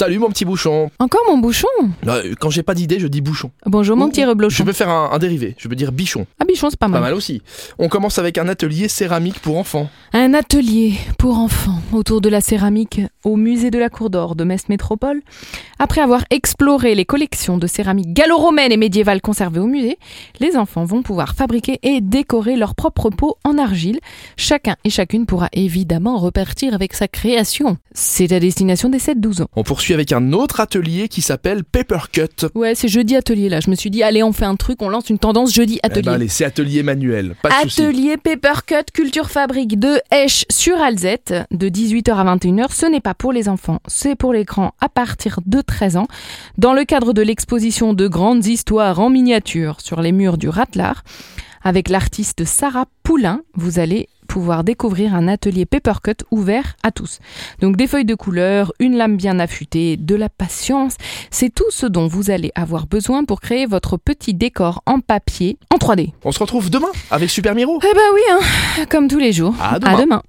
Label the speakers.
Speaker 1: Salut mon petit bouchon.
Speaker 2: Encore mon bouchon
Speaker 1: Euh, Quand j'ai pas d'idée, je dis bouchon.
Speaker 2: Bonjour mon
Speaker 1: Ouh,
Speaker 2: petit
Speaker 1: Je
Speaker 2: reblochon.
Speaker 1: peux faire un, un dérivé. Je peux dire bichon.
Speaker 2: Ah bichon, c'est pas
Speaker 1: Pas
Speaker 2: mal.
Speaker 1: mal aussi. On commence avec un atelier céramique pour enfants.
Speaker 2: Un atelier pour enfants autour de la céramique au musée de la Cour d'Or de Metz Métropole. Après avoir exploré les collections de céramique gallo-romaine et médiévale conservées au musée, les enfants vont pouvoir fabriquer et décorer leur propre pot en argile. Chacun et chacune pourra évidemment repartir avec sa création. C'est à destination des 7-12 ans.
Speaker 1: On poursuit avec un autre atelier qui s'appelle Paper Cut.
Speaker 2: Ouais, c'est jeudi atelier là. Je me suis dit, allez, on fait un truc, on lance une tendance jeudi
Speaker 1: Eh
Speaker 2: atelier.
Speaker 1: ben, allez, c'est atelier manuel. Pas de souci.
Speaker 2: Atelier Paper Cut Culture Fabrique de Esch sur Alzette de 18h à 21h. Ce n'est pas pour les enfants, c'est pour les grands à partir de 13 ans. Dans le cadre de l'exposition de grandes histoires en miniature sur les murs du Rattlar, avec l'artiste Sarah Poulain, vous allez pouvoir découvrir un atelier paper cut ouvert à tous. Donc des feuilles de couleur, une lame bien affûtée, de la patience, c'est tout ce dont vous allez avoir besoin pour créer votre petit décor en papier en 3D.
Speaker 1: On se retrouve demain avec Super Miro.
Speaker 2: Eh ben oui, hein, comme tous les jours.
Speaker 1: À
Speaker 2: À
Speaker 1: demain.
Speaker 2: demain.